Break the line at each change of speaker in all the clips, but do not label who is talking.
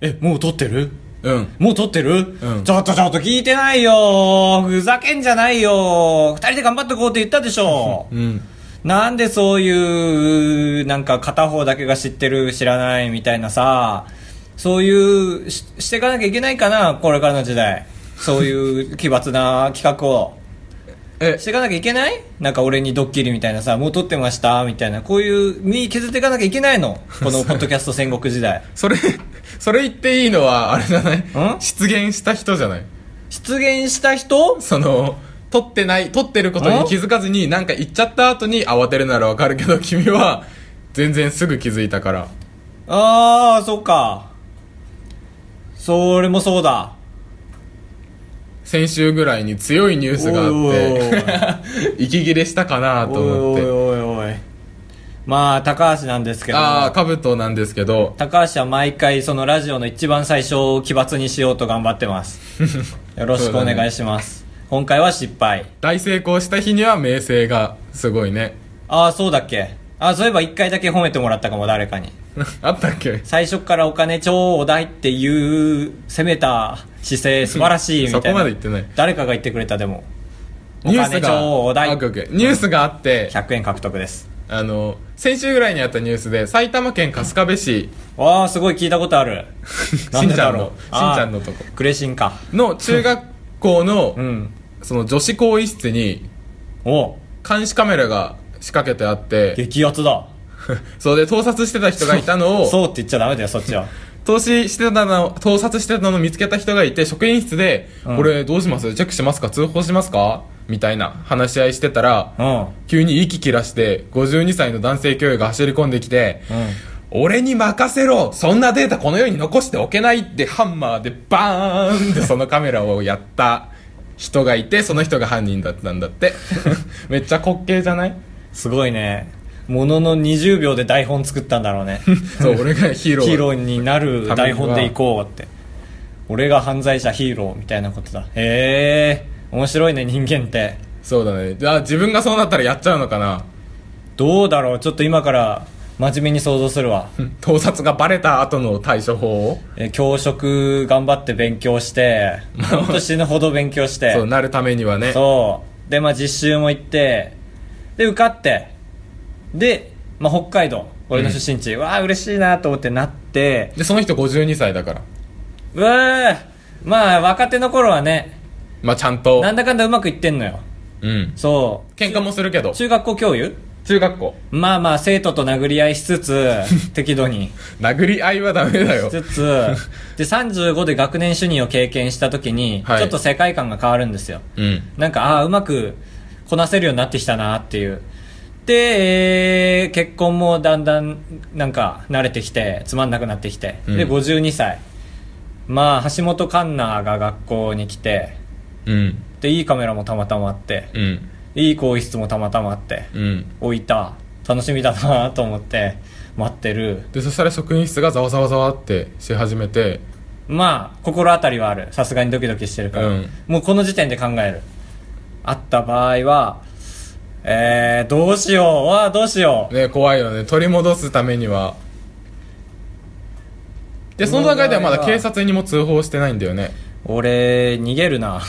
え、もう撮ってる
うん。
もう撮ってる、
うん
ちょっとちょっと聞いてないよふざけんじゃないよ二人で頑張ってこうって言ったでしょ
うん。
なんでそういう、なんか片方だけが知ってる、知らないみたいなさ、そういうし、していかなきゃいけないかな、これからの時代。そういう奇抜な企画を。
え
し、ていかなきゃいけないなんか俺にドッキリみたいなさ、もう撮ってましたみたいな、こういう身削っていかなきゃいけないの。このポッドキャスト戦国時代。
それ、 それ言っていいのは、あれじゃない出現した人じゃない
出現した人
その、撮ってない、撮ってることに気づかずに、なんか言っちゃった後に慌てるならわかるけど、君は、全然すぐ気づいたから。
ああ、そうか。それもそうだ。
先週ぐらいに強いニュースがあ
おいおい
って、 息切れしたかなと思
お
っ
い
て。
おいおいおい。まあ、高橋なんですけど。
ああ、かぶとなんですけど、
高橋は毎回そのラジオの一番最初を奇抜にしようと頑張ってます よろしくお願いします、今回は失敗
大成功した日には名声がすごいね。
ああそうだっけああそういえば一回だけ褒めてもらったかも誰かに
あったっけ
最初からお金ちょうだいっていう攻めた姿勢素晴らしいみたいな
そこまで言ってない。
誰かが言ってくれたでもお
ニュース
金ち
が、
ょうだ
あ
い
オッケーオッケーニュースがあって、
100円獲得です
あの、先週ぐらいにあったニュースで、埼玉県春日部市、
わあすごい聞いたことあ る
しんちゃんの、しんち
ああ
ゃんのとこ、
クレシンか
の中学校の
う、ん
その女子更衣室に、
お
監視カメラが仕掛けてあって、
激アツだ
それで盗撮してた人がいたのを、
そうって言っちゃダメだよそっちは
投資してたの、盗撮してたのを見つけた人がいて、職員室で、
うん
これどうしますチェックしますか通報しますかみたいな話し合いしてたら、
うん
急に息切らして、52歳の男性教諭が走り込んできて、
う
俺に任せろそんなデータこの世に残しておけないってハンマーでバーンってそのカメラをやった人がいて、その人が犯人だったんだって。 めっちゃ滑稽じゃない
ん、すごいねものの20秒で台本作ったんだろう ね
そう、俺がヒーロー。
ヒーローになる台本でいこうって俺が犯罪者ヒーローみたいなことだへえ面白いね人間って
そうだね。あ、自分がそうなったらやっちゃうのかな
どうだろうちょっと今から真面目に想像するわ
盗撮がバレた後の対処法を、
え教職頑張って勉強して本当死ぬほど勉強して
そうなるためにはね。
そうでまあ実習も行ってで受かってで、まあ、北海道俺の出身地、わあ嬉しいなと思ってなって
で、その人52歳だから。
うわーまあ若手の頃はね
まあちゃんと。
なんだかんだうまくいってんのよ
うん。
そ
喧嘩もするけど
う。中学校教諭
中学校。
まあまあ生徒と殴り合いしつつ 適度に
殴り合いはダメだよ
し。つつで35で学年主任を経験した時に、
はい
ちょっと世界観が変わるんですよ
うん。
なんかああうまくこなせるようになってきたなっていうで、えー結婚もだんだんなんか慣れてきてつまんなくなってきて、で
うん
52歳まあ橋本環奈が学校に来て
うん。
でいいカメラもたまたまあって
うん。
いい更衣室もたまたまあって
うん。
置いた楽しみだなと思って待ってる
でそしたら職員室がざわざわざわってし始めて
まあ心当たりはあるさすがにドキドキしてるから、
うん
もうこの時点で考えるあった場合はえー、どうしようわあどうしよう
ね怖いよね取り戻すためにはでその段階ではまだ警察にも通報してないんだよね
俺逃げるな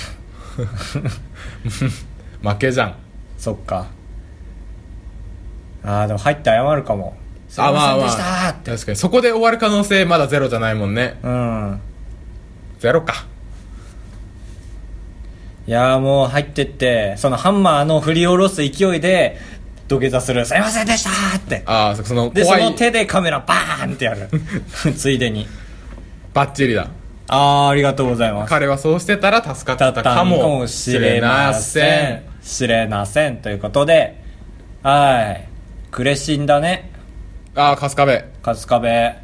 負けじゃん
そっかああでも入って謝るかもすい
あま
ません
あま
で
あ
したーって、
確かにそこで終わる可能性まだゼロじゃないもんね
うん
ゼロか
いやーもう入ってってそのハンマーの振り下ろす勢いで土下座する「すいませんでした!」って
ああそその
でそ
怖
の
い
手でカメラバーンって やるついでに
バッチリだ
ああありがとうございます
彼はそうしてたら助か
だ
っ
った
た
か
か
も
も
し
し
れ
れ
ま
ま
せ
せ
ん
ん。
しれません。ということで、はい。クレシンだね。
ああ春日部
カズカベ。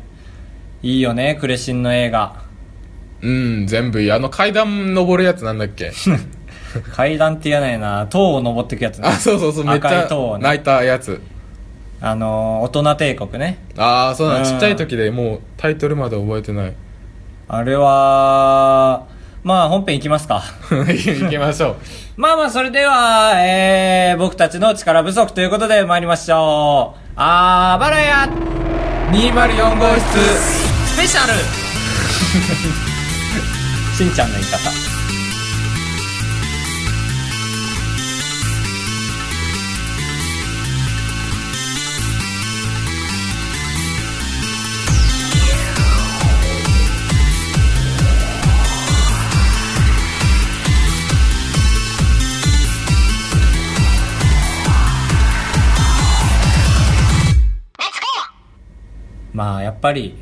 いいよね、クレシンの映画。
うん全部いいあの階段登るやつなんだっ け
階段って言わないな。塔を登ってくやつね
あ。そうそうそうめっち
赤
ゃ
い塔をね
泣いたやつ
あのー、大人帝国ね。
ああそうな
うん
のちっちゃい時でもうタイトルまで覚えてない
あれは、まあ本編いきますか。
行きましょう
まあまあ、それでは、えー、僕たちの力不足ということで参りましょう。あばらや
204号室
スペシャル しんちゃんの言い方まあやっぱり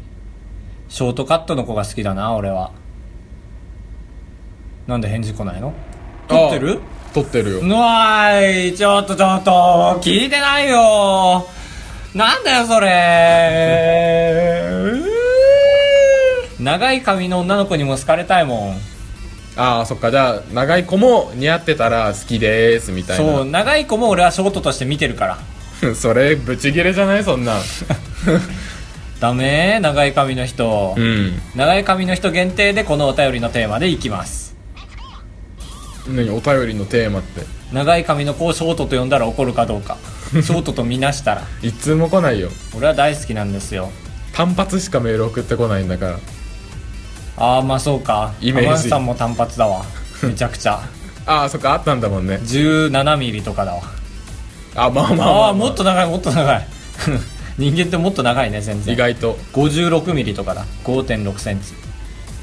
ショートカットの子が好きだな俺はなんで返事来ないの撮ってる
あ撮ってるよ
うわーいちょっとちょっと聞いてないよなんだよそ れうー長い髪の女の子にも好かれたいもん
ああそっかじゃあ長い子も似合ってたら好きでーすみたい
そう
な
長い子も俺はショートとして見てるから
それブチギレじゃないそんなん
ダメ長い髪の人、
うん
長い髪の人限定でこのお便りのテーマでいきます
何お便りのテーマって
長い髪の子をショートと呼んだら怒るかどうか ショートと見なしたら
一通も来ないよ
俺は大好きなんですよ
単発しかメール送ってこないんだから
ああまあそうか
イメージ
アマンさんも単発だわめちゃくちゃ
ああそっかあったんだもんね
1 7ミリとかだわ
あまあまあまあ,、
ああーもっと長いもっと長い 人間ってもっと長いね全
意
然
外と
56ミリとかだ5 6センチ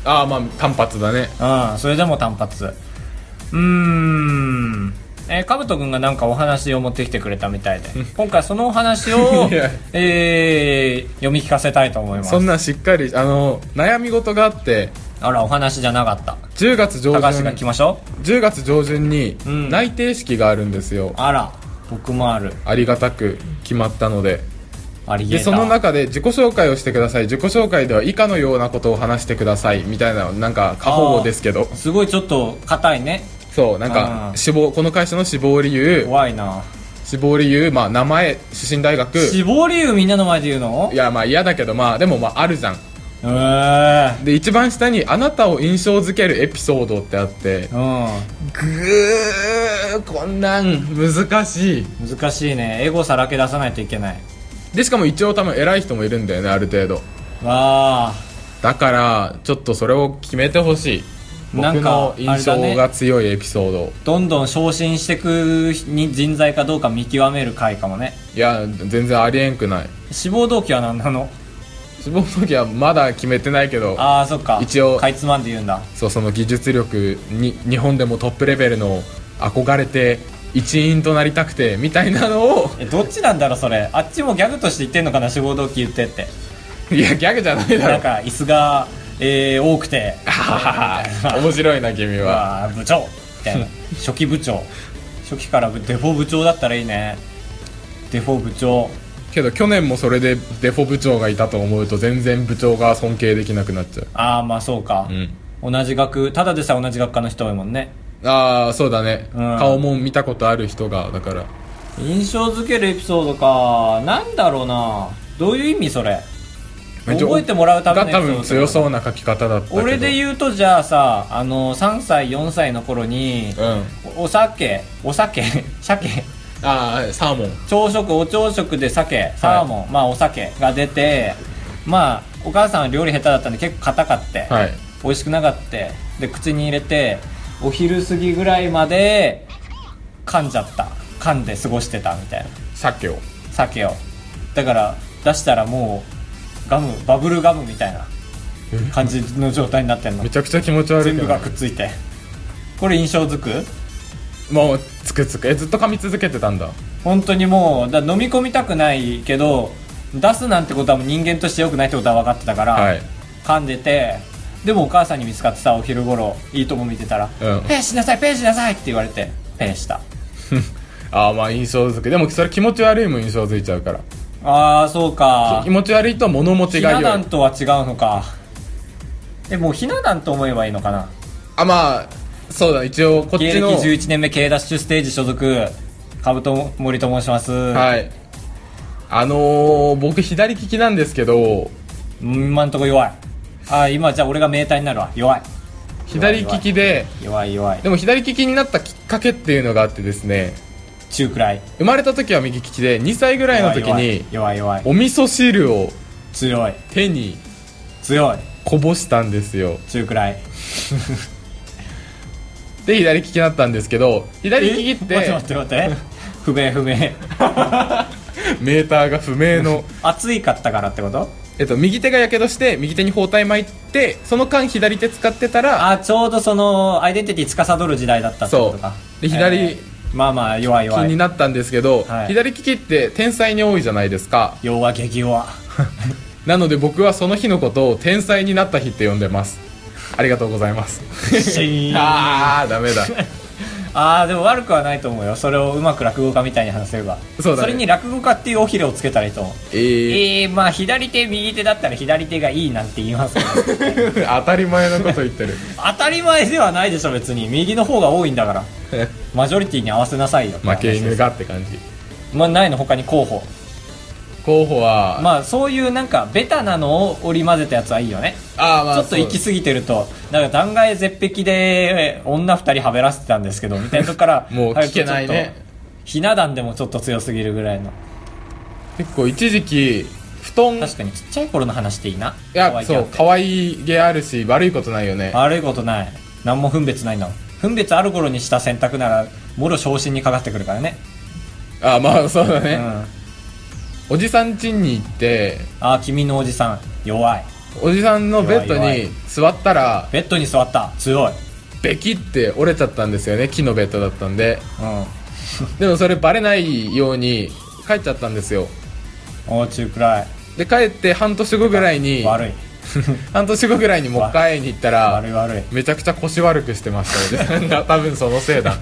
ああまあ単発だね
うんそれでも単発うーんえー、かぶとくんがなんかお話を持ってきてくれたみたいで今回そのお話を
いや、
えー読み聞かせたいと思います
そんなしっかりあの悩み事があって
あらお話じゃなかった
10月上旬
高橋が来ましょう
10月上旬に
うん
内定式があるんですよ、
あら僕もある
ありがたく決まったので
ありげ
で
ー
その中で自己紹介をしてください自己紹介では以下のようなことを話してくださいみたいななんか過保護ですけど
すごいちょっと硬いね
そうなん
あ
か
ー
死亡この会社の死亡理由
怖いな
死亡理由まあ名前出身大学
死亡理由みんなの前で言うの
いやまあ嫌だけどまあでもまああるじゃん
ええ
で一番下に「あなたを印象づけるエピソード」ってあって
う
ぐーこんなん難しい
ん難しいねエゴさらけ出さないといけない
でしかも一応多分偉い人もいるんだよねある程度
わあ
だからちょっとそれを決めてほしい僕
なんか
の印
あれ
象
だ
が強いエピソードを、
どんどん昇進してくに人材かどうか見極める回かもね
いや全然ありえんくない
志望動機は何なの
志望の時はまだ決めてないけど
ああそっか
一応
かいつまんで言うんだ
そうその技術力に日本でもトップレベルの憧れて一員となりたくてみたいなの を
えどっちなんだろうそれあっちもギャグとして言ってんのかな志望動機言ってって
いやギャグじゃないだ
なん
ろ
か椅子が、えー多く て
面白いな君は
あー部長みたい な初期部長初期からデフォ部長だったらいいねデフォ部長
けど去年もそれでデフォ部長がいたと思うと全然部長が尊敬できなくなっちゃう
ああまあそうか、同じ学ただでさえ同じ学科の人多いもんね
ああそうだね、
うん
顔も見たことある人がだから
印象付けるエピソードかなんだろうなどういう意味それ覚えてもらうための
が多分
エピソード
強そうな書き方だったけど
俺で
う
言うとじゃあさあの3歳4歳の頃に
うんあ
おお酒お酒 鮭
あサーモン
朝食お朝食で鮭サーモン、まあお酒が出てまあお母さんは料理下手だったんで結構硬かって、
はい
美味しくなかってで口に入れてお昼過ぎぐらいまで噛んじゃった噛んで過ごしてたみたいな
鮭を
鮭をだから出したらもうガムバブルガムみたいな感じの状態になってんの
めちゃくちゃ気持ち悪い
全
け
部
ど
がくっついてこれ印象づく
もうつくつくえずっと噛み続けてたんだ
本当にもうだ飲み込みたくないけど出すなんてことはもう人間として良くないってことは分かってたから、
はい
噛んでてでもお母さんに見つかってさお昼頃いいとも見てたら「
うん
ペーしなさいペーしなさい」って言われてペーした
ああまあ印象づくでもそれ気持ち悪いも印象づいちゃうから
ああそうか
気持ち悪いと物持
ひ
ちが
な
良い
壇とは違うのかえもうひな壇と思えばいいのかな
あまあそうだ一応こっ
芸歴
ちの
11年目 K ダッシュステージ所属カブト森と申します
はいあのー、僕左利きなんですけど
うん今んとこ弱いああ今じゃあ俺が名体になるわ弱い
左利きで
弱い弱い
でも左利きになったきっかけっていうのがあってですね
中くらい
生まれた時は右利きで2歳ぐらいの時に
弱い弱い弱い
お味噌汁を
強い
手に
強い
こぼしたんですよ
中くらい
で左利きになったんですけど左利きっ
え待って
て
待って待って不明不明
メーターが不明の、
暑いかったからってこと
えっと、右手がやけどして右手に包帯巻いてその間左手使ってたら
あちょうどそのアイデンティティ司る時代だったってことか
そうで左
えーまあまあ弱い
気
弱
に
い
なったんですけど、
はい
左利きって天才に多いじゃないですか
弱激 弱
なので僕はその日のことを天才になった日って呼んでますありがとうございます
シーン
ああダメだ
あーでも悪くはないと思うよそれをうまく落語家みたいに話せれば
そうだね
れに落語家っていうおひれをつけたらいいと思う
えー、
えー、まあ左手右手だったら左手がいいなんて言いますけ ど
当たり前のこと言 ってる
当たり前ではないでしょ別に右の方が多いんだからマジョリティに合わせなさいよ
負け犬がって感じ
まあないの他に候補
候補は、
まあそういうなんかベタなのを織り交ぜたやつはいいよね
あーまあ
ちょっと行き過ぎてるとなんか断崖絶壁でえ女二人はべらせてたんですけどみたいなとこから
もう聞けな
入る
いね
とちょっとひな壇でもちょっと強すぎるぐらいの
そう結構一時期布団
確かにちっちゃい頃の話でいいない
やそう可愛いげあるし悪いことないよね
悪いことない何も分別ないんだもん分別ある頃にした選択ならもろ昇進にかかってくるからね
あ まあそうだ
う
ね、
ん
おじさん家に行って
ああ君のおじさん弱い
おじさんのベッド
弱い
に座ったら
ベッドに座った強い
ベキって折れちゃったんですよね木のベッドだったんで
う
でもそれバレないように帰っちゃったんですよ
んおう中くらい
で帰って半年後ぐらいに
悪い
半年後ぐらいにもう帰りに行ったら
悪い悪い
めちゃくちゃ腰悪くしてましたよねなんか多分そのせ いだ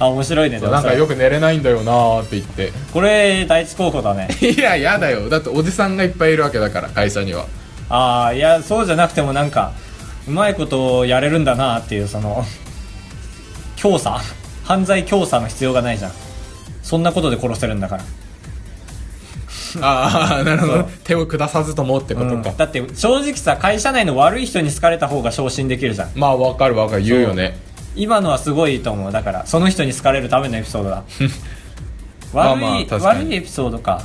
あ面白いねでも
なん
そ
か
れ
よく寝れないんだよなーって言って
これ第一候補だね
いや、やだよ。だっておじさんがいっぱいいるわけだから、会社 には。
ああいやそうじゃなくてもなんかうまいことをやれるんだなっていうその 強さ犯罪強さの必要がないじゃんそんなことで殺せるんだから
ああ、なるほど。手を下さずともってこと
うん
か。
だって正直さ会社内の悪い人に好かれた方が昇進できるじゃん
まあ、わかるわかる。言うよね。
今のはすごいと思うだからその人に好かれるためのエピソード だ
まあ
悪い、
まあ確かに
悪いエピソードか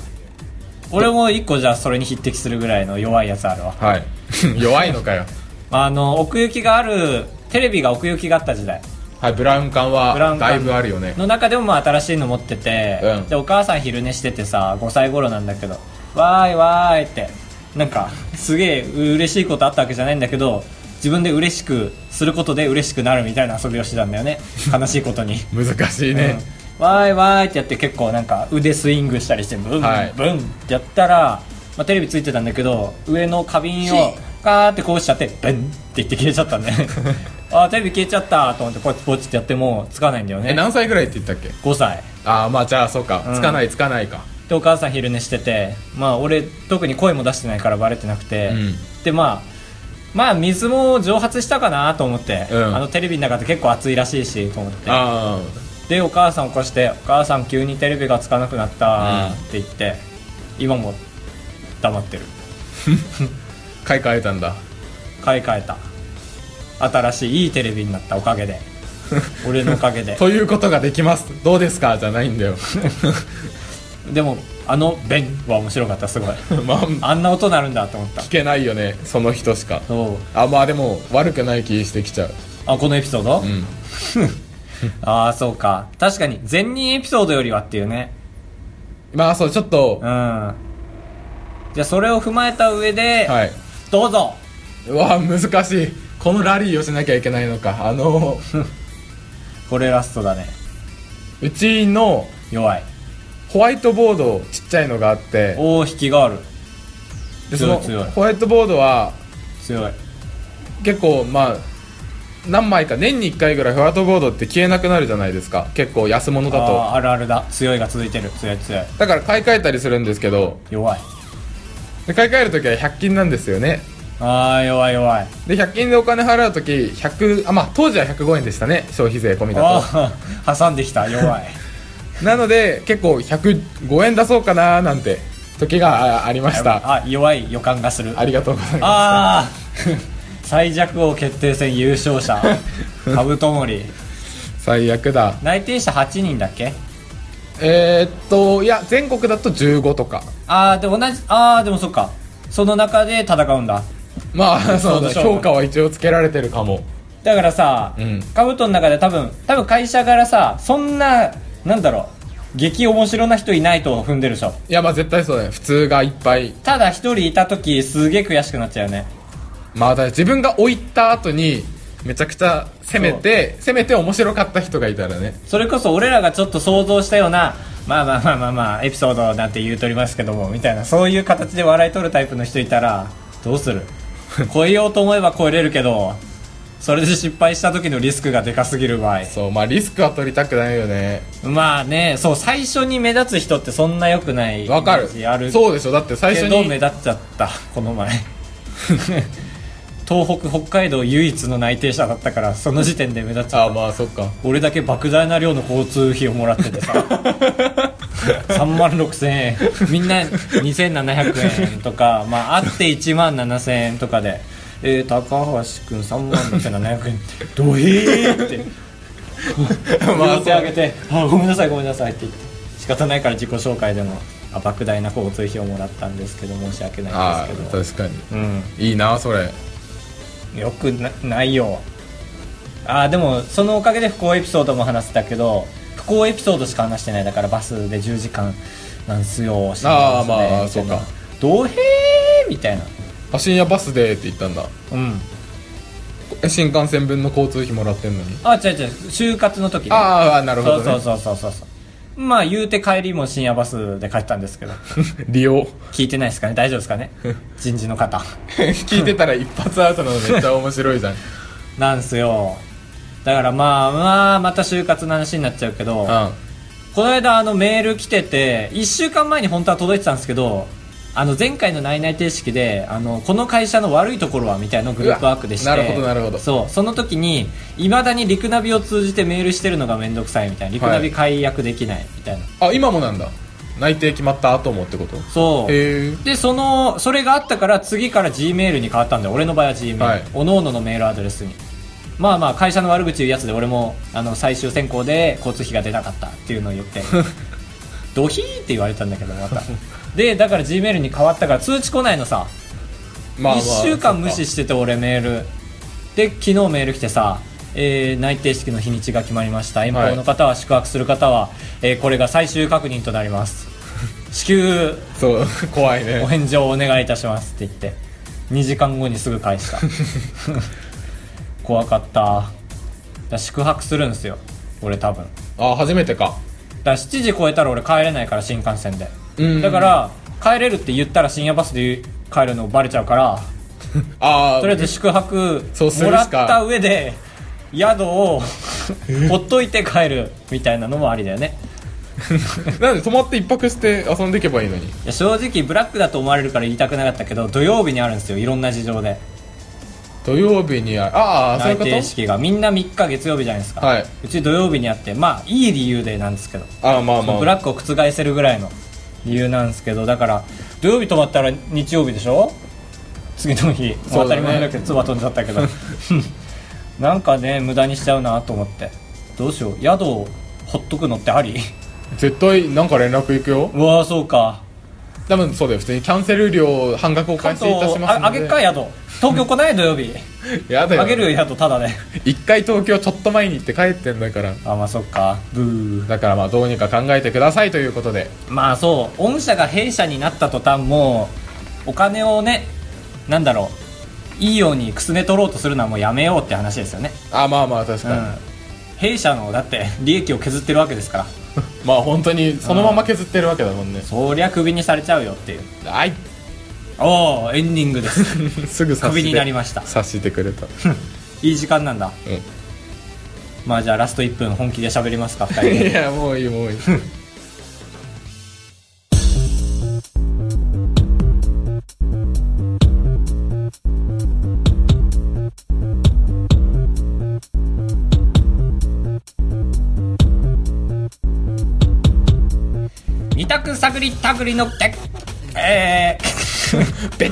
俺も一個じゃあそれに匹敵するぐらいの弱いやつあるわ
はい。 弱いのかよ。
あの奥行きがあるテレビが奥行きがあった時代
はい、ブラウン管
ブラウ
は
ン、管
だいぶあるよね。
の中でもまあ新しいの持ってて、
うん
でお母さん昼寝しててさ5歳頃なんだけど「わーいわーい」ってなんかすげえ嬉しいことあったわけじゃないんだけど自分で嬉しくすることで嬉しくなるみたいな遊びをしてたんだよね悲しいことに、
難しい
うん
ね。
わーいわーいってやって結構なんか腕スイングしたりしてブンブン
はい
ブンってやったら、まあ、テレビついてたんだけど上の花瓶をカーってこうしちゃってブンって言って消えちゃったん であーテレビ消えちゃったと思ってポチポチってやってもつかないんだよね
え、何歳ぐらいって言ったっけ
5歳
ああ、まあ、じゃあ、そうか
う。ん
つかない、つかないか。
でお母さん昼寝しててまあ俺特に声も出してないからバレてなくて、
うん
でまあまあ水も蒸発したかなと思って、
うん
あのテレビの中って結構暑いらしいしと思って
あ
でお母さん起こして「お母さん急にテレビがつかなくなった
うん」
って言って、今も黙ってる
あ、買い替えたんだ。
買い替えた新しいいいテレビになったおかげ で俺のおかげで
ということができます。どうですかじゃないんだよ。
でもあの「ベン」は面白かったすごい
まあ、
あんな音なるんだと思った
聞けないよね。その人しか。
そう
あ、まあでも、悪くない気してきちゃう。
あこのエピソード、
うん。
ああそうか確かに前任エピソードよりはっていうね
まあ、そう、ちょっと
うん、じゃあそれを踏まえた上で、
はい。
どうぞ
うわあ難しいこのラリーをしなきゃいけないのかあの
これラストだね
うちの
弱い
ホワイトボードちっちゃいのがあって
おお引きがある
でその
強い強い
ホワイトボードは
強い
結構まあ何枚か年に1回ぐらいホワイトボードって消えなくなるじゃないですか結構安物だ
あ
と
ああるあるだ強いが続いてる強い強い
だから買い替えたりするんですけど
弱い
で買い替える時は100均なんですよね
ああ弱い弱い
で100均でお金払う時100あまあ当時は105円でしたね消費税込みだと
ああ 挟んできた 弱い
なので結構105円出そうかなーなんて時があありました
あ弱い予感がする
ありがとうございま
ああ最弱王決定戦優勝 者カブトモリ
す。最悪だ。
内定者8人だっけ
えー、っと、いや、全国だと15とか。
ああで同じああでもそっかその中で戦うんだ
まあそうだ
そうでしょう
評価は一応つけられてるかも
だからさ、
うん
カブトの中で多分多分会社からさそんななんだろう激面白な人いないと踏んでるでしょ
いやまあ絶対そうだね普通がいっぱい
ただ一人いた時すげえ悔しくなっちゃうよね
まあだから自分が置いた後にめちゃくちゃ攻めて攻めて面白かった人がいたらね
それこそ俺らがちょっと想像したようなまあまあまあまあまあエピソードなんて言うとりますけどもみたいなそういう形で笑い取るタイプの人いたらどうす る超えようと思えば超えれるけどそれで失敗した時のリスクがでかすぎる場合
そうまあリスクは取りたくないよね
まあねそう最初に目立つ人ってそんな良くない
わかる
イメージある
そうでしょだって最初
けど目
に
立っちゃったこの前 東北北海道唯一の内定者だったからその時点で目立っちゃった
ああまあそっ か
俺だけ莫大な量の交通費をもらっててさ 3万6000円みんな2700円とかまああって1万7000円とかでえー、高橋君3万6700円どへーって
まあ
両手上げて「 あごめんなさいごめんなさい」って言って仕方ないから自己紹介でもあ莫大な交通費をもらったんですけど申し訳な
あ
いんですけ
あ
ど
確かに
うん
いいなそれ
よくなないよあーでもそのおかげで不幸エピソードも話せたけど不幸エピソードしか話してないだからバスで10時間なんすよし
あーまあ
みたいな
そうか
どうへーみたいな
あ深夜バスでって言ったんだ
うん
え新幹線分の交通費もらってんのに
あ違う違う就活の時ね
ああなるほど、
そ
ね、
うそうそうそうそうまあ言うて帰りも深夜バスで帰ったんですけど
利用
聞いてないですかね大丈夫ですかね 人事の方
聞いてたら一発アウトなのめっちゃ面白いじゃん
なんすよだからまあまあまた就活の話になっちゃうけど、
うん
この間あのメール来てて1週間前に本当は届いてたんですけどあの前回の内々定式であのこの会社の悪いところはみたいなグループワークでして
うわなるほどなるほど
そうその時にいまだにリクナビを通じてメールしてるのが面倒くさいみたいなリクナビ解約できないみたいな、
あ今もなんだ内定決まった後もってこと
そう
へえ
でそのそれがあったから次から G メールに変わったんだよ俺の場合は G メール、
はい
おのおののメールアドレスにまあまあ会社の悪口言うやつで俺もあの最終選考で交通費が出なかったっていうのを言って ドヒーって言われたんだけどまたでだから G メールに変わったから通知来ないのさ
ま
1週間無視
し
してて俺メールで昨日メール来てさ、えー内定式の日にちが決まりました遠方の方は宿泊する方は、えーこれが最終確認となります 至急
そう 怖 い
お
ね
返事をお願いいたしますって言って2時間後にすぐ返した怖かっただから宿泊するんですよ俺多分だか
あ初めてから
7時超えたら俺帰れないから新幹線で
うん
だから帰れるって言ったら深夜バスで帰るのバレちゃうから
あ
とりあえず宿泊
そうする
も
しから
った上で宿をほっといて帰るみたいなのもありだよね
あなんで泊まって一泊して遊んでいけばいいのに
いや正直ブラックだと思われるから言いたくなかったけど土曜日にあるんですよいろんな事情で
土曜日にあああそう
内
いうこ
定
と
式がみんな3日月曜日じゃないですか、
はいう
ち土曜日にあってまあいい理由でなんですけど、
ああまあまあ
ブラックを覆せるぐらいの理由なんですけどだから土曜日泊まったら日曜日でしょ次の日、
そ
当
う
た
だね
り前だけど唾飛んじゃった けどなんかね無駄にしちゃうなと思ってどうしよう宿をほっとくのって あり
絶対なんか連絡行くよ
うわーそうか
多分そうだよ普通にキャンセル料半額を
関
返し
東
ていたします
あ
の
あ
で
げっか宿東京来ない土曜日
や だよ
あげるよ宿ただね
一回東京ちょっと前に行って帰ってんだから
あまあそっかブー
だからまあどうにか考えてくださいということで
まあそう御社が弊社になった途端もうお金をねなんだろういいようにくすね取ろうとするのはもうやめようって話ですよね
あまあまあ確
う
かに、
ん弊社のだって利益を削ってるわけですから
まあ本当にそのまま削ってるわけだもんね、
そりゃクビにされちゃうよっていう
あ い
おおエンディングです
すぐ察
ク
し
ビ
て
になりました
察してくれた
いい時間なんだ
う
まあじゃあラスト1分本気で喋りますか2人
んい
で
やもういいもういい
二択探り探りのけえー、 べ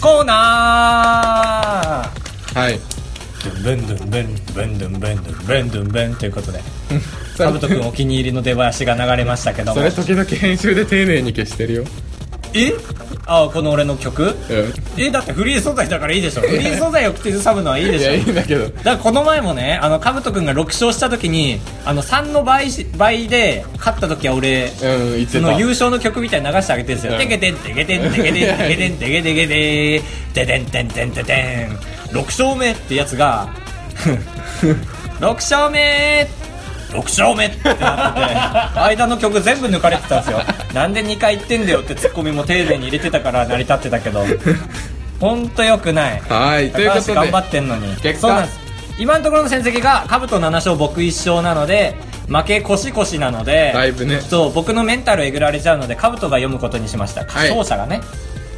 コーナー
はい
ベンドゥンベンベンドゥンベンドゥンベンドゥンベンということで
そ
カブト
れ
君お気に入りの出囃子が流れましたけど
そ
も
れ時々編集で丁寧に消してるよ
えああこの俺の曲
う
えだってフリー素材だからいいでしょフリー素材を口ずさむのはいい
ん
で
い
しょ
やいいんだけど
だからこの前もねあのかぶとくんが6勝した時にあの3の倍し倍で勝った時は俺
うん言っ
そ
て
の優
た
勝の曲みたいに流してあげてるんです
う
よ。
ん
てけてんてけてんてけてんてけてんてけてけてててんてんてんててん。6勝目ってやつが、6勝目 !6 勝目ってなってて、間の曲全部抜かれてたんですよ。なんで2回言ってんだよってツッコミも丁寧に入れてたから成り立ってたけど、ほんと良くない。
はいというこ
高橋
と
頑
で
張ってんのに
結果
そうなんです今のところの戦績がカブと7勝僕1勝なので負け腰腰なので
だいぶね
そう僕のメンタルえぐられちゃうのでカブトが読むことにしました
はい
勝者がね、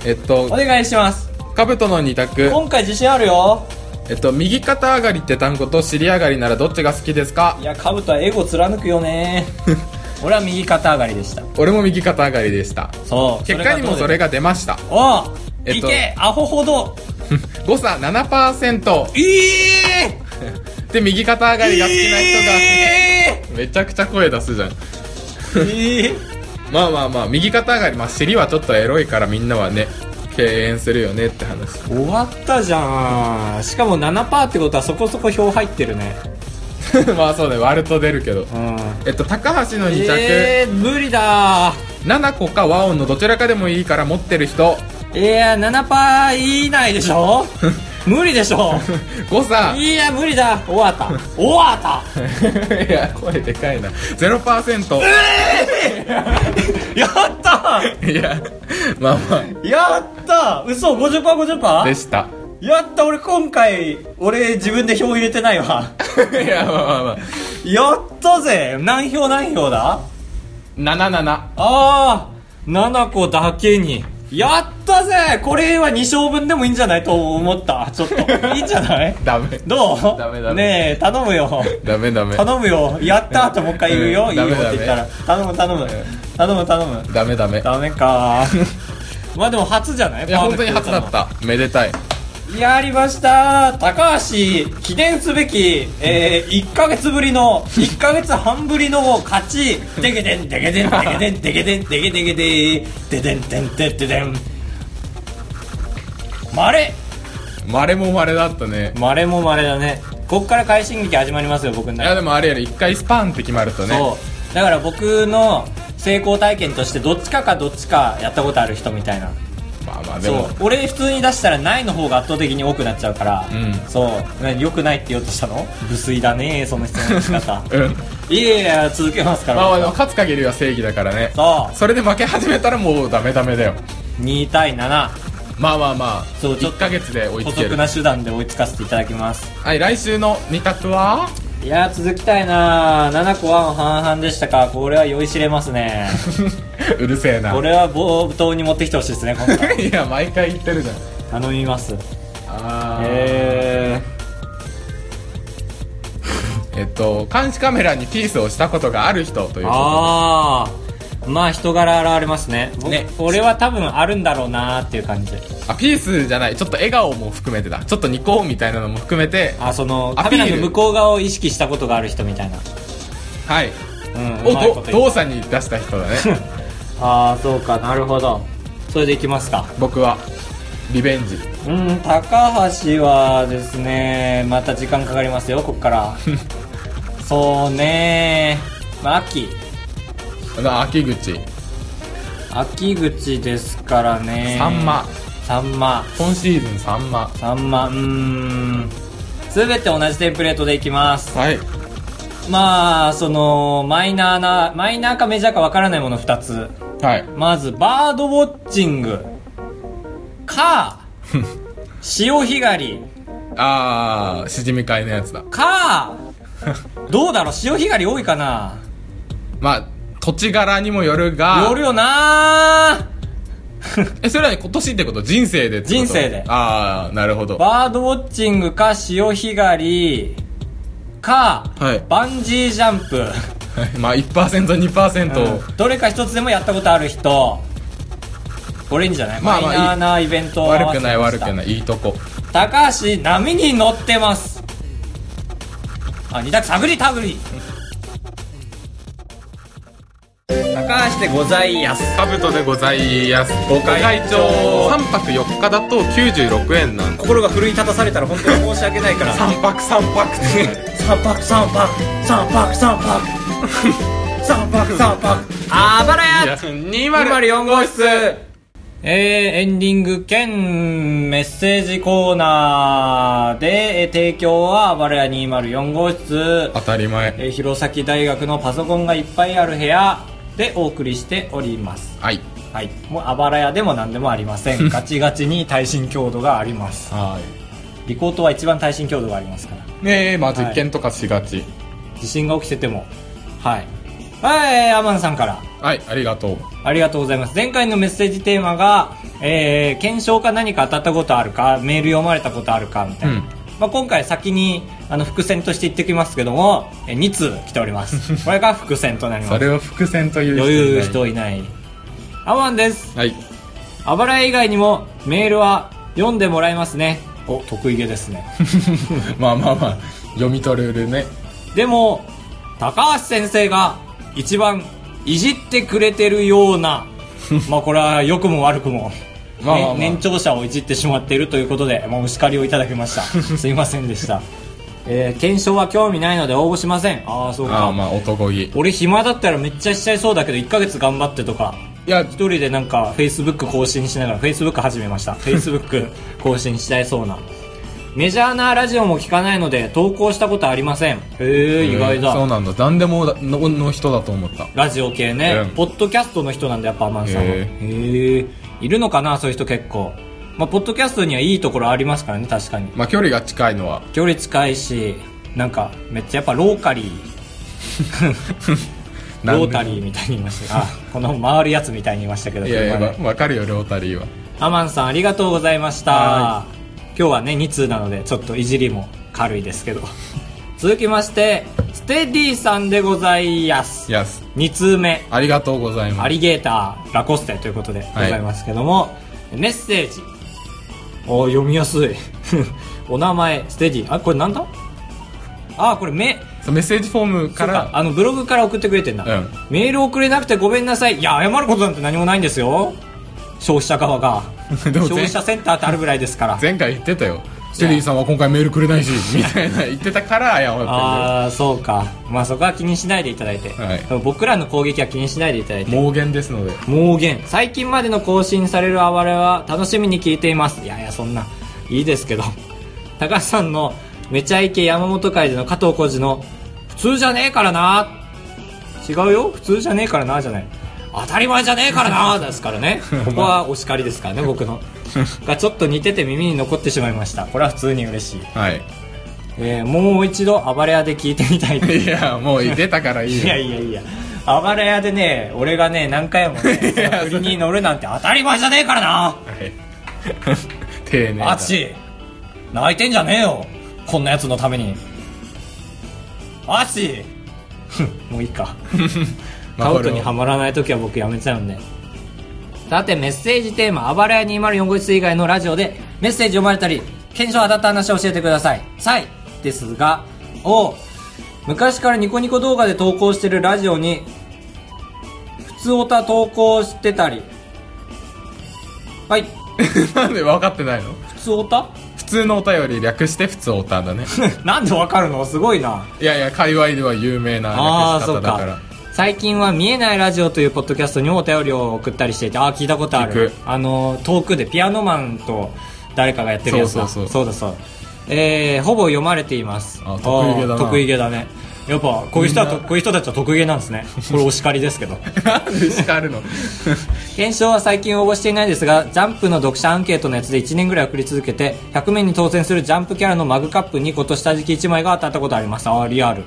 えっと
お願いします
カブトの2択
今回自信あるよ
えっと右肩上がりって単語と尻上がりならどっちが好きですか
いやカブトはエゴ貫くよね 俺は右肩上がりでした
俺も右肩上がりでした
そう
結果にもそれ
が
が出ました
どうだおう、
えっと
いけアホほど
誤差7%
いい
で右肩上がりが好きな人
え
がめちゃくちゃ声出すじゃん
ー、いい
まあまあまあ右肩上がりまあ尻はちょっとエロいからみんなはね敬遠するよねって話
終わったじゃんしかも7%ってことはそこそこ票入ってるね
まあそうね割ると出るけど
うん
えっと高橋の2択、
えー、無理だ
7個か和音のどちらかでもいいから持ってる人
いや7%以内でし ょ無理でしょ
誤差
いや無理だ終わった終わった
いや声でかいな0%
やった
いやまあま
やった嘘 50%50%
あでした
やった俺今回俺自分で票入れてないわ
いやまあまあまあ
やったぜ何票何票だ
77
ああ7個だけにやったぜこれは2勝分でもいいんじゃないと思ったちょっと いいんじゃない
ダメ
どう
ダメダメ
ねえ頼むよ
ダメダメ
頼むよやったーともう一回言うよ、
うん
いいよって
ダメダメ
言ったら頼む頼む頼む頼む
ダメダメ
ダメかー まあでも初じゃない
いや本当に初だっ
パーフェクト
ためでた
言
い
ったのやりましたー高橋記念すべき、えー、1ヶ月ぶりの1ヶ月半ぶりの勝ちでけでんでけでんでけでんでけでんでけでけでーででんでんでんででんまれ
まれもまれだったね
まれもまれだねこっから快進撃始まりますよ僕の
い
中で
やでもあれやり一回スパンって決まるとね
そうだから僕の成功体験としてどっちかかどっちかやったことある人みたいな
まあまあで
そ
も
う俺普通に出したらないの方が圧倒的に多くなっちゃうから、
うん
そうな良くないって言おうとしたの無粋だねその質問の仕 方
うん
いやいや続けますから、
まあまあでも勝つ限りは正義だからね
そ
それで負け始めたらもうダメダメだよ
う2対7
まあまあまあ
そうちょっ
1
と
ヶ月で追い
補
つけ
足
る
な手段で追いつかせていただきます
はい来週の2択はい
やー続きたいな7個は半々でしたかこれは酔いしれますね
うるせえな
これは冒頭に持ってきてほしいですね今 回
いや毎回言ってるじゃん
頼みます
あ
えー
えっと監視カメラにピースをしたことがある人というこ
ああまあ人柄現れますねね
ね
俺は多分あるんだろうなーっていう感じ
とであピースじゃないちょっと笑顔も含めてだちょっとニコーンみたいなのも含めて
あその
ア
カ
ピ
メ
ール
ラの向こう側を意識したことがある人みたいな
はい
うんうまい
を
こと
ど
言う
動作に出した人 だね
ああそうかなるほどそれでいきますか
僕はリベンジ
うん高橋はですねまた時間かかりますよこっから そうねーまあ秋
あの秋口
秋口ですからね
さんま
さんま
今シーズンさんま
さんまうーん全て同じテンプレートでいきます
はい
まあそのマイナーなマイナーかメジャーかわからないもの2つ
はい
まずバードウォッチングか潮干狩り
あーしじみ会のやつだ
かどうだろう潮干狩り多いかな
まあ土地柄にもよるが
よるよな
えそれは今年ってこと人生でってこと
人生で
ああなるほど
バードウォッチングか潮干狩りか、
はい
バンジージャンプ
まあ 1%2%、
うんどれか一つでもやったことある人これいいんじゃない、
まあまあ
マイナーなイベントを合わ
悪
せ
くない
まし
悪
た
くないいいとこ
高橋波に乗ってますあ二択探り探り
高
高橋でございやす
カブトでございます
ご会長
3泊4日だと96円なんで
心が奮い立たされたら本当に申し訳ないから三
泊3泊って
泊三泊三泊三泊三泊三泊あばらや
204号室
えー、エンディング兼メッセージコーナーで、えー提供はバレア204号室、
当たり前
えー弘前大学のパソコンがいっぱいある部屋でお送りしております。
はい
はい。もうあばら屋でも何でもありません。ガチガチに耐震強度があります。
は
リコートは一番耐震強度がありますから。
いねえまあ実験とかしがち
地震が起きてても。はい。はい、えーアマンさんから。
はい、ありがとう
ありがとうございます。前回のメッセージテーマが、えー検証か何か当たったことあるか、メール読まれたことあるか、みたいな。
うん
まあ、今回先に、あの、伏線として言ってきますけども、え2通来ております。 これが伏線となりま
そ
す。
れを伏線という
余裕
人
人いない。アマンです。
はい
あばら以外にも、メールは読んでもらえますね。お、得意げですね。
まあまあまあ読み取れるね
でも、高橋先生が一番いじってくれてるよう な、まあこれは良くも悪くも、
まあまあまあ
ね年長者をいじってしまっているということで、まあ、お叱りをいただきま した。すいませんでした。えー検証は興味ないので応募しません。ああ、そう
あ
か。
あまあ男気い
俺暇だったらめっちゃしちゃいそうだけど、1ヶ月頑張ってとか、
や
一人でなんか Facebook 更新しながら Facebook 始めました Facebook 更新しちゃいそうなメジャーなラジオも聞かないので投稿したことありませんへえ意外
そう
だ
なんだ何でもだのの人だと思った
ラジオ系ね、
うん
ポッドキャストの人なんだやっぱアマンさんは
へ
へえいるのかなそういう人結構まあポッドキャストにはいいところありますからね確かに
まあ距離が近いのは
距離近いしなんかめっちゃやっぱローカリー
なん
ロー
で
タリーみたいに言いましたあこの回るやつみたいに言いましたけど
いやいや
これはね
わわかるよロータリーは
アマンさんありがとうございました
は
今日はね2通なのでちょっといじりも軽いですけど 続きましてステディさんでございやす
いやす
2通目
ありがとうございます
アリゲーターラコステということでございますけども、メッセージお読みやすい お名前ステディあこれなんだあこれ目
そうメッセージフォーム
そ
か
うからあのブログから送ってくれてんだ、
うん
メール送れなくてごめんなさいいや謝ることなんて何もないんですよ消費者側 が
でも
消費者センターってあるぐらいですから
前回言ってたよシェリーさんは今回メールくれないしみたいな言ってたから謝ってる
ああそうかまあそこは気にしないでいただいて、
はい
でも僕らの攻撃は気にしないでいただいて
盲言ですので
盲言最近までの更新されるあわれは楽しみに聞いていますいやいやそんないいですけど 高橋さんのめちゃイケ山本会での加藤浩次の「普通じゃねえからな」違うよ普通じゃねえからなじゃない当たり前じゃねえからなですからねここはお叱りですからね僕のがちょっと似てて耳に残ってしまいましたこれは普通に嬉しい、
はい
えーもう一度暴れ屋で聞いてみたいです
いやもう言ってたからいいよ
いやいやいや、あばら屋でね、俺がね、何回も ね、その振りに乗るなんて当たり前じゃねえからな
はい 丁寧だ
あっち泣いてんじゃねえよこんなやつのために。あっちもういいか。
まあ
カウト
これ
に
を
はまらない時は僕やめちゃうんで。さて、メッセージテーマ、あばらや204号室以外のラジオで、メッセージ読まれたり、検証当たった話を教えてください。サイですが、を、昔からニコニコ動画で投稿してるラジオに、普通オタ投稿してたり、はい、
なんで分かってないの
普通オタ
普通のお便り略して普通オタだね
なんでわかるのすごいな。
いやいや界隈では有名な
ああ、
略し
そ
方
う
だから
か。最近は「見えないラジオ」というポッドキャストにもお便りを送ったりしていてああ聞いたことある
聞く
あの遠くでピアノマンと誰かがやってるやつだ
そうそ
そ
う
うだそうえー、ほぼ読まれています
あ得意げだな
あー得意げだねやっぱこういう人はとこういう人たちは得意げなんですねこれお叱りですけど
なんで叱るの
検証は最近応募していないですが「ジャンプの読者アンケートのやつで1年ぐらい送り続けて100名に当選するジャンプキャラのマグカップ2個と下敷き1枚が当たったことありますああリアル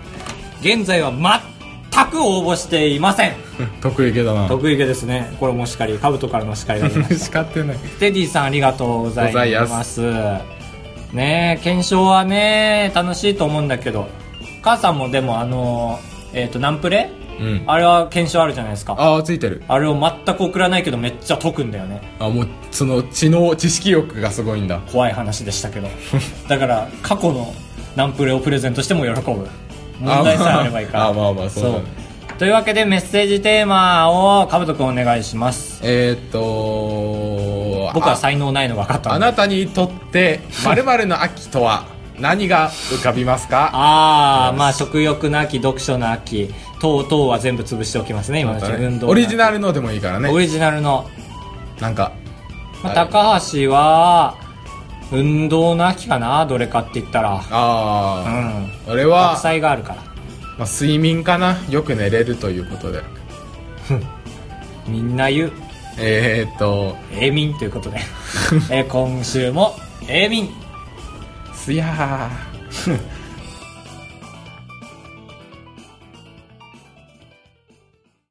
現在は全く応募していません
得意げだな
得意げですねこれもしかりカブトからのしかりが出ました
叱ってない
テディさんありがとうございますねえ検証はね楽しいと思うんだけど母さんもでもあのえっ、とナンプレ、
うん
あれは検証あるじゃないですかあ
ああついてる
れを全く送らないけどめっちゃ解くんだよね
あもうその知能知識欲がすごいんだ
怖い話でしたけど だから過去のナンプレをプレゼントしても喜ぶ問題さえあればいいから
あまあまあそうだね
というわけでメッセージテーマをかぶとくんお願いします
えーっと
僕は
あ
才能ないの分かった
あ
あ
なたにと って〇〇の秋とは何が浮かびますか
あーまあ食欲の秋読書の秋等々は全部潰しておきますね今のうち運動の
オリジナルのでもいいから
オ
ね
リジナルの、
なんか
まあ
はい
高橋は運動の秋かなどれかって言ったらう
あ
ん
あ、俺
学
は、
祭があるから
まあ、睡眠かなよく寝れるということで
みんな言う
えー、っと
永民ということで、えー今週も永民
すやー